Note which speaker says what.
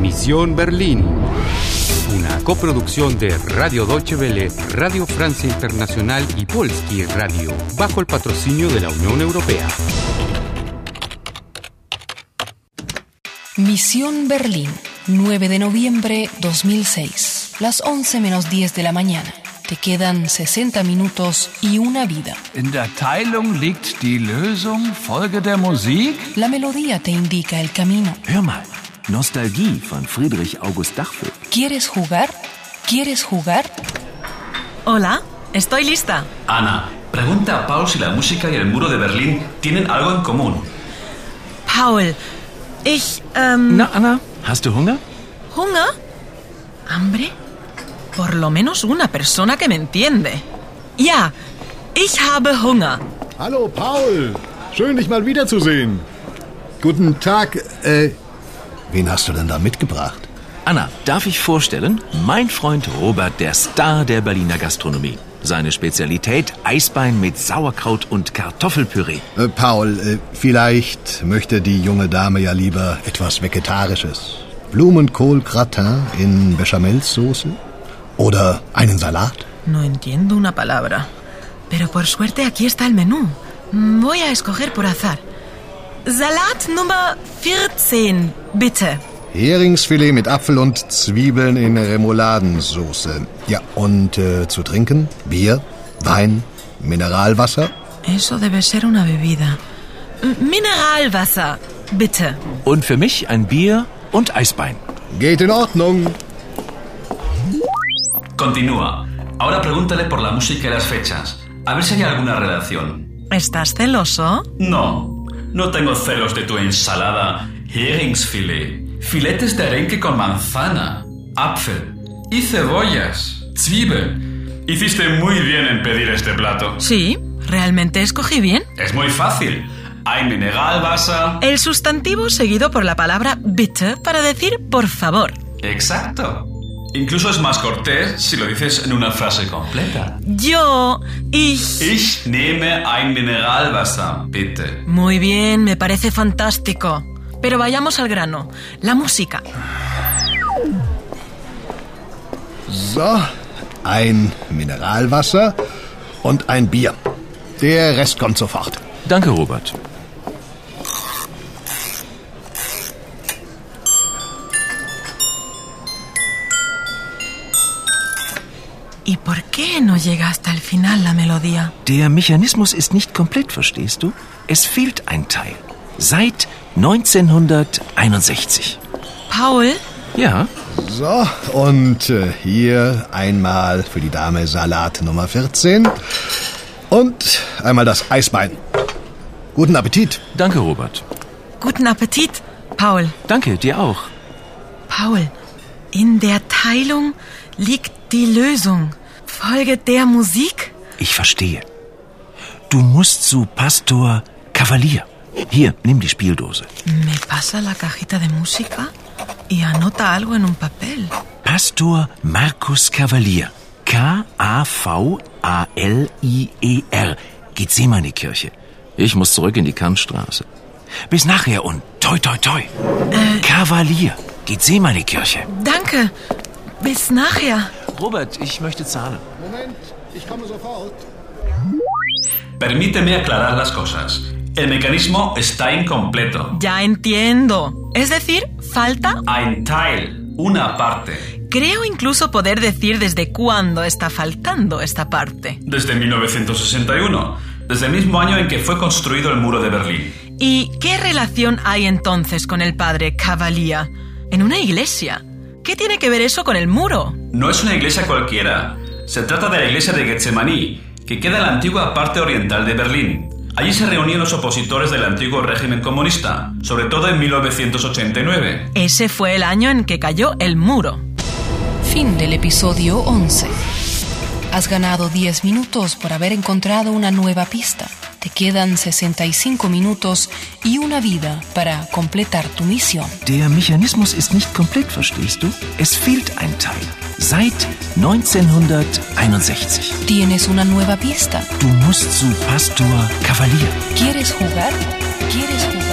Speaker 1: Misión Berlín. Una coproducción de Radio Deutsche Welle, Radio Francia Internacional y Polski Radio, bajo el patrocinio de la Unión Europea.
Speaker 2: Misión Berlín, 9 de noviembre 2006, las 11 menos 10 de la mañana. Te quedan 60 minutos y una vida.
Speaker 3: In der Teilung liegt die Lösung. Folge der Musik.
Speaker 2: La melodía te indica el camino.
Speaker 4: Hör mal, Nostalgie von Friedrich August Dachfeld.
Speaker 2: ¿Quieres jugar? ¿Quieres jugar?
Speaker 5: Hola, estoy lista.
Speaker 6: Ana, pregunta a Paul si la música y el muro de Berlín tienen algo en común.
Speaker 5: Paul, ich, ähm,
Speaker 4: Na, Anna, hast du Hunger?
Speaker 5: ¿Hunger? ¿Hambre? Por lo menos una persona que me entiende. Ja, ich habe Hunger.
Speaker 7: Hallo Paul, schön dich mal wiederzusehen.
Speaker 8: Guten Tag, äh, wen hast du denn da mitgebracht?
Speaker 4: Anna, darf ich vorstellen? Mein Freund Robert, der Star der Berliner Gastronomie. Seine Spezialität Eisbein mit Sauerkraut und Kartoffelpüree.
Speaker 8: Äh, Paul, äh, vielleicht möchte die junge Dame ja lieber etwas Vegetarisches. Blumenkohl-Gratin in Bechamelsoße? Oder einen Salat?
Speaker 5: No entiendo una palabra. Pero por suerte aquí está el menú. Mm, Voy a escoger por azar. Salat Nummer 14, bitte.
Speaker 8: Heringsfilet mit Apfel und Zwiebeln in Remouladensoße. Ja, und äh, zu trinken? Bier, Wein, Mineralwasser?
Speaker 5: Eso debe ser una bebida. M- Mineralwasser, bitte.
Speaker 4: Und für mich ein Bier und Eisbein.
Speaker 8: Geht in Ordnung.
Speaker 6: Continúa. Ahora pregúntale por la música y las fechas. A ver si hay alguna relación.
Speaker 5: ¿Estás celoso?
Speaker 6: No, no tengo celos de tu ensalada. Heringsfilet. Filetes de arenque con manzana. Apfel. Y cebollas. Zwiebel. Hiciste muy bien en pedir este plato.
Speaker 5: Sí, realmente escogí bien.
Speaker 6: Es muy fácil. Hay Mineralwasser.
Speaker 5: El sustantivo seguido por la palabra bitte para decir por favor.
Speaker 6: Exacto. Incluso es más cortés si lo dices en una frase completa.
Speaker 5: Yo, ich.
Speaker 6: Ich nehme ein Mineralwasser, bitte.
Speaker 5: Muy bien, me parece fantástico. Pero vayamos al grano. La música.
Speaker 8: So, ein Mineralwasser und ein Bier. Der Rest kommt sofort.
Speaker 4: Danke, Robert.
Speaker 5: ¿Y por qué no llega hasta el final la melodía?
Speaker 4: Der Mechanismus ist nicht komplett, verstehst du? Es fehlt ein Teil. Seit 1961.
Speaker 5: Paul,
Speaker 4: Ja,
Speaker 8: So, und äh, hier einmal für die Dame Salat Nummer 14 und einmal das Eisbein. Guten Appetit.
Speaker 4: danke, Robert.
Speaker 5: guten Appetit. Paul,
Speaker 4: Danke, dir auch.
Speaker 5: Paul, in der Teilung liegt die Lösung. Folge der Musik?
Speaker 4: Ich verstehe. Du musst zu Pastor Kavalier. Hier, nimm die Spieldose.
Speaker 5: Me pasa la cajita de música y anota algo en un papel.
Speaker 4: Pastor Markus Kavalier. K-A-V-A-L-I-E-R. Geht sie mal in die Kirche. E Ich muss zurück in die Kantstraße. Bis nachher und toi toi toi. Kavalier. Geht sie mal in die Kirche.
Speaker 5: Danke. Bis nachher.
Speaker 4: Robert, ich möchte zahlen.
Speaker 8: Moment, ich komme sofort.
Speaker 6: Permíteme aclarar las cosas. El mecanismo está incompleto.
Speaker 5: Ya entiendo. Es decir, falta.
Speaker 6: Ein Teil, una parte.
Speaker 5: Creo incluso poder decir desde cuándo está faltando esta parte.
Speaker 6: Desde 1961, desde el mismo año en que fue construido el muro de Berlín.
Speaker 5: ¿Y qué relación hay entonces con el padre Cavalier? En una iglesia. ¿Qué tiene que ver eso con el muro?
Speaker 6: No es una iglesia cualquiera. Se trata de la iglesia de Getsemaní, que queda en la antigua parte oriental de Berlín. Allí se reunían los opositores del antiguo régimen comunista, sobre todo en 1989.
Speaker 5: Ese fue el año en que cayó el muro.
Speaker 2: Fin del episodio 11. Has ganado 10 minutos por haber encontrado una nueva pista. Te quedan 65 minutos y una vida para completar tu misión.
Speaker 4: Der Mechanismus ist nicht komplett, verstehst du? Es fehlt ein Teil. Seit 1961.
Speaker 2: Tienes una nueva pista.
Speaker 4: Du musst zu Pastor Kavalier.
Speaker 2: ¿Quieres jugar? ¿Quieres jugar?